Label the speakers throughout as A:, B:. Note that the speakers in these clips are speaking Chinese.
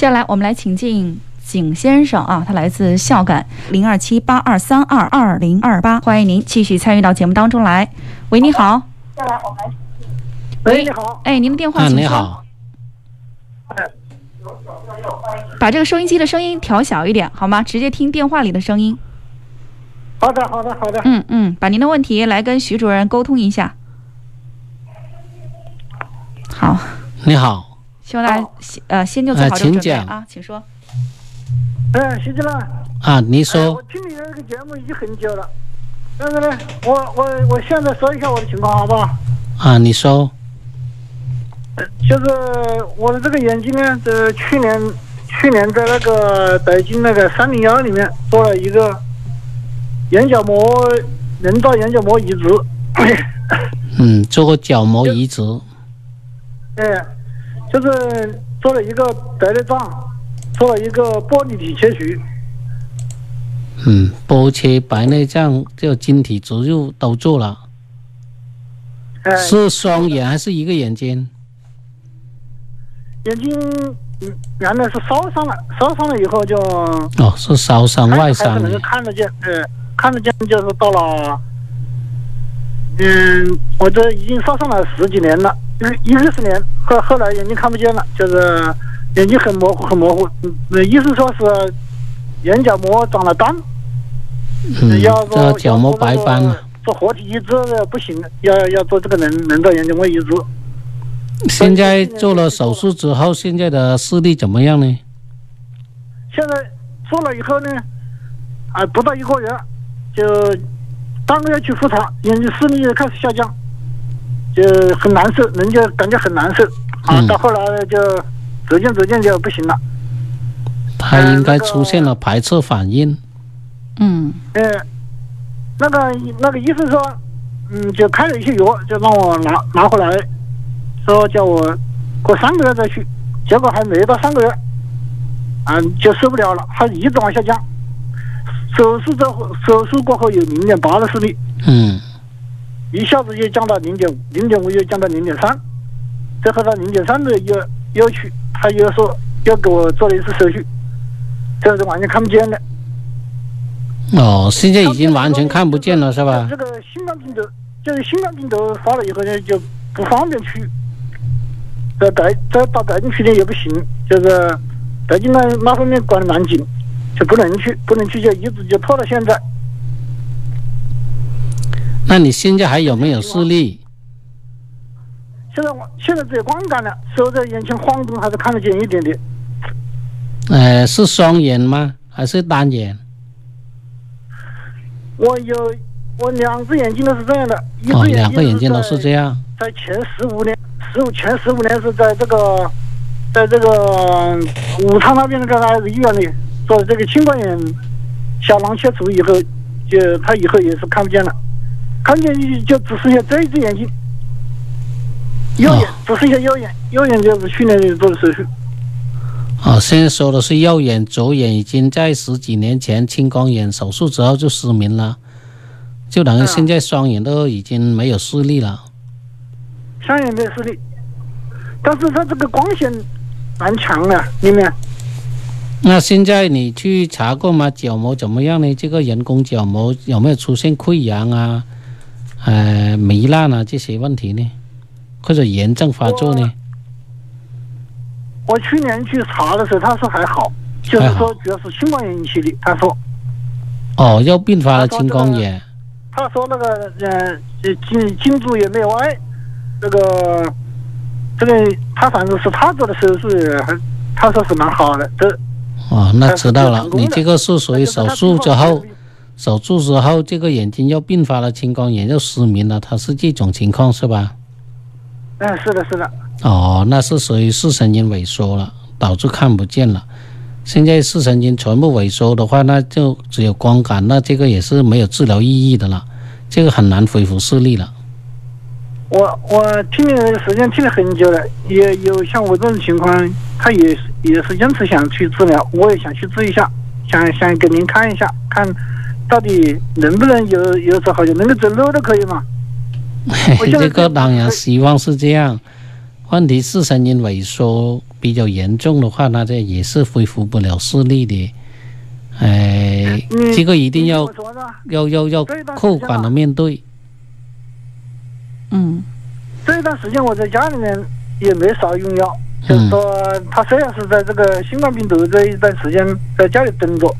A: 接下来我们来请进景先生啊，他来自孝感零二七八二三二二零二八，欢迎您继续参与到节目当中来。喂，你好，
B: 下来我们。
A: 喂
B: 喂，你好，
A: 哎，您的电话，
C: 嗯，
A: 请
C: 你
A: 说
C: 好，
A: 把这个收音机的声音调小一点，好吗？直接听电话里的声音。
B: 好的，好的，好的。
A: 嗯嗯，把您的问题来跟徐主任沟通一下。好，
C: 你好，
A: 希望大家
B: 好
A: 先呃先就做好这
C: 呃
A: 个
C: 请
A: 准备
C: 讲
A: 啊，请说。
B: 哎，徐志浪，
C: 啊，你
B: 哎
C: 说
B: 我，听你的这个节目已经很久了，但是呢，我我我现在说一下我的情况，好不好？
C: 啊，你说，
B: 就是我的这个眼睛呢，这去年去年在那个北京那个三零幺里面做了一个眼角膜人造眼角膜移植，
C: 嗯，做个角膜移植，
B: 哎，就是做了一个白内障，做了一个玻璃体切除。
C: 嗯，波切白内障就晶体植入都做了，
B: 哎，
C: 是双眼还是一个眼睛？
B: 眼睛嗯原来是烧伤了，烧伤了以后就哎
C: 哦，是烧伤外
B: 还
C: 伤
B: 是能
C: 的
B: 够，看得见，呃，看得见就是到了，嗯，我这已经烧伤了十几年了，一一二十年，后后来眼睛看不见了，就是眼睛很模糊，很模糊，嗯，呃医生说是眼角膜长了斑，
C: 嗯，
B: 要
C: 这
B: 做
C: 个角膜白斑啊嘛，。
B: 做活体移植的不行，要要做这个人人造眼角膜移植。
C: 现在做了手术之后，现在的视力怎么样呢？
B: 现在做了以后呢，啊，不到一个月，就当个月去复查，眼睛视力就开始下降，就很难受，人就感觉很难受。啊，
C: 嗯
B: 到后来呢就逐渐逐渐就不行了。
C: 它应该出现了排斥反应，
A: 嗯
B: 嗯，那个那个医生说，嗯，就开了一些药，就让我拿拿回来，说叫我过三个月再去。结果还没到三个月，嗯，就受不了了，还一直往下降。手术之后，手术过后有零点八的视力，
C: 嗯
B: 一下子又降到零点五，零点五又降到零点三，最后到零点三的又又去，他又说又给我做了一次手术，这是完全看不见的。
C: 哦，现在已经完全看不见了是吧
B: 这？个新冠病毒，就是新冠病毒发了以后呢，就不方便去，在白在到白京去呢也不行，就是北京那那方面管得蛮紧，就不能去，不能去就一直就拖到现在。
C: 那你现在还有没有视力？
B: 现在我现在只有光感了，所以在眼前晃动还是看得见一点点。
C: 呃，是双眼吗？还是单眼？
B: 我有我两只眼睛都是这样的，一只
C: 哦，
B: 眼
C: 两个眼睛都是
B: 在
C: 这样。
B: 在前十五年，十五前十五年是在这个，在这个武昌那边那个医院里做这个青光眼小囊切除以后，就他以后也是看不见了，看不见就只剩下这一只眼睛，右眼、
C: 哦
B: 只剩下右眼，右眼就是去年做的手术。
C: 哦，现在说的是右眼、左眼已经在十几年前青光眼手术之后就失明了，就等于
B: 嗯
C: 现在双眼都已经没有视力了。
B: 双眼没有视力，但是它这个光线蛮强的，里面
C: 那现在你去查过吗？角膜怎么样呢？这个人工角膜有没有出现溃疡啊、呃糜烂啊这些问题呢？或者炎症发作呢？
B: 我去年去查的时候，他说还好，就是
C: 还好
B: 说主要是青光眼引起的，他说。
C: 哦，又并发了
B: 他说
C: 青光
B: 这个
C: 眼。
B: 他说那个呃，金金柱也没有歪，那个这个他反正是他做的手术，还他说是蛮好的，这
C: 哦，那
B: 但是
C: 知道
B: 就
C: 了
B: 成，功
C: 你
B: 了
C: 这个是属于手术之后。
B: 那
C: 手术之后，这个眼睛又并发了青光眼，又失明了，它是这种情况是吧？
B: 就是他病后，嗯，是的，是的，
C: 哦，那是属于视神经萎缩了，导致看不见了。现在视神经全部萎缩的话，那就只有光感，那这个也是没有治疗意义的了，这个很难恢复视力了。
B: 我我听你的时间听了很久了，也有像我这种情况，他也是也是坚持想去治疗，我也想去治一下，想想给您看一下，看到底能不能有有所好转，能够走路都可以嘛。我现在
C: 这
B: 就
C: 个当然
B: 会
C: 希望是这样，问题视神经萎缩比较严重的话，那这也是恢复不了视力的。哎，
B: 嗯
C: 这个一定要
B: 你怎么说呢？
C: 要要要
B: 这一啊段时
C: 客
B: 间
C: 观
B: 吧
C: 的面对。
A: 嗯
B: 这一段时间我在家里面也没少用药，就是
C: 嗯
B: 说他虽然是在这个新冠病毒这一段时间在家里蹲着，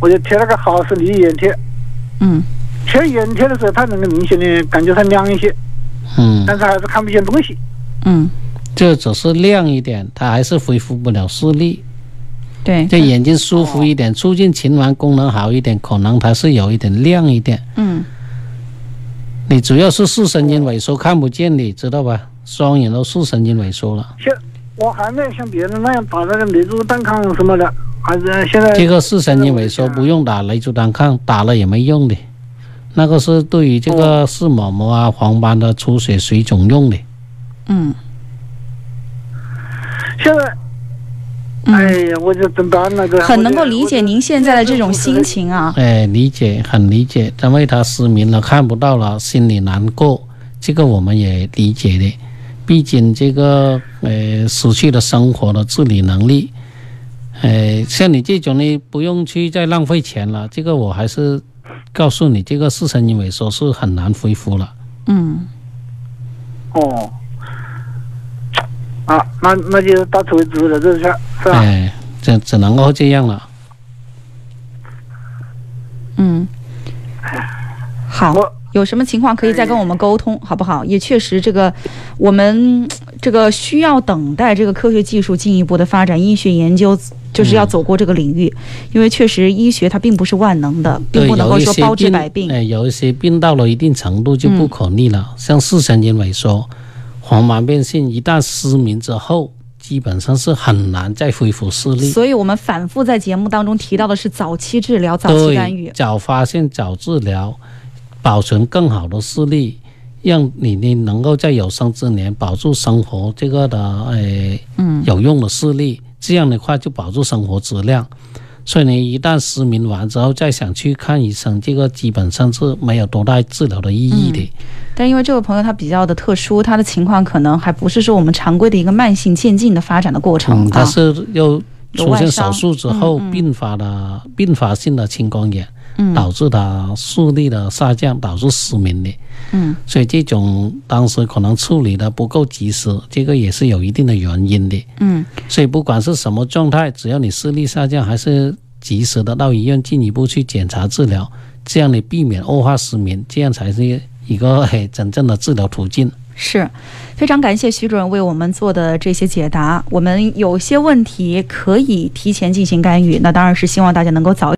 B: 我就贴了个好视力眼贴。
A: 嗯
B: 贴眼贴的时候，它能够明显的感觉它亮一些，
C: 嗯，
B: 但是还是看不见东西。
A: 嗯，
C: 这只是亮一点，它还是恢复不了视力。
A: 对，
C: 这眼睛舒
B: 哦
C: 服一点，促进循环功能好一点，可能它是有一点亮一点。
A: 嗯
C: 你主要是视神经萎缩，看不见，你知道吧？双眼都视神经萎缩了，
B: 现我还没有像别人那样打那个雷珠单抗什么的，还是现在
C: 这个视神经萎缩不用打雷珠单抗，打了也没用的。那个是对于这
B: 哦
C: 个视网膜啊、黄斑的出血、水肿用的。
A: 嗯
B: 现在，哎
A: 嗯，
B: 呀，我就怎么办那个？
A: 很能
B: 我
A: 够
B: 就
A: 理解您现在的这种心。情啊。
C: 哎，理解，很理解，因为他失明了，看不到了，心里难过，这个我们也理解的。毕竟这个呃，失去了生活的自理能力，呃，像你这种呢，不用去再浪费钱了。这个我还是告诉你，这个视神经萎缩是很难恢复了。
A: 嗯
B: 我就哦，啊，那那就到此为止了，这是是吧？
C: 哎，只只能够这样了。
A: 嗯，好。
B: 我
A: 有什么情况可以再跟我们沟通，好不好？也确实，这个我们这个需要等待这个科学技术进一步的发展，医学研究就是要走过这个领域，因为确实医学它并不是万能的，并
C: 嗯对，
A: 不能
C: 有
A: 够
C: 一
A: 说
C: 些
A: 包治百病。嗯
C: 哎，有一些病到了一定程度就不可逆了，像视神经萎缩、黄斑变性，一旦失明之后，基本上是很难再恢复视力。
A: 所以我们反复在节目当中提到的是早期治疗、早期干
C: 对
A: 预，。
C: 早发现、早治疗，保存更好的视力，让你呢能够在有生之年保住生活这个的呃
A: 嗯
C: 有用的视力，这样的话就保住生活质量。所以呢，一旦失明完之后再想去看医生，这个基本上是没有多大治疗的意义的。
A: 但因为这位朋友他比较的特殊，他的情况可能还不是说我们常规的一个慢性渐进的发展的过程
C: 嗯，它
A: 啊。
C: 是又
A: 有
C: 出
A: 外
C: 现
A: 伤
C: 手术之
A: 嗯
C: 后并发的并发性的青光眼，导致它视力的下降，导致失明的。
A: 嗯
C: 所以这种当时可能处理的不够及时，这个也是有一定的原因的。
A: 嗯
C: 所以不管是什么状态，只要你视力下降，还是及时的到医院进一步去检查治疗，这样你避免恶化失明，这样才是一个嘿真正的治疗途径。
A: 是，非常感谢徐主任为我们做的这些解答。我们有些问题可以提前进行干预，那当然是希望大家能够早。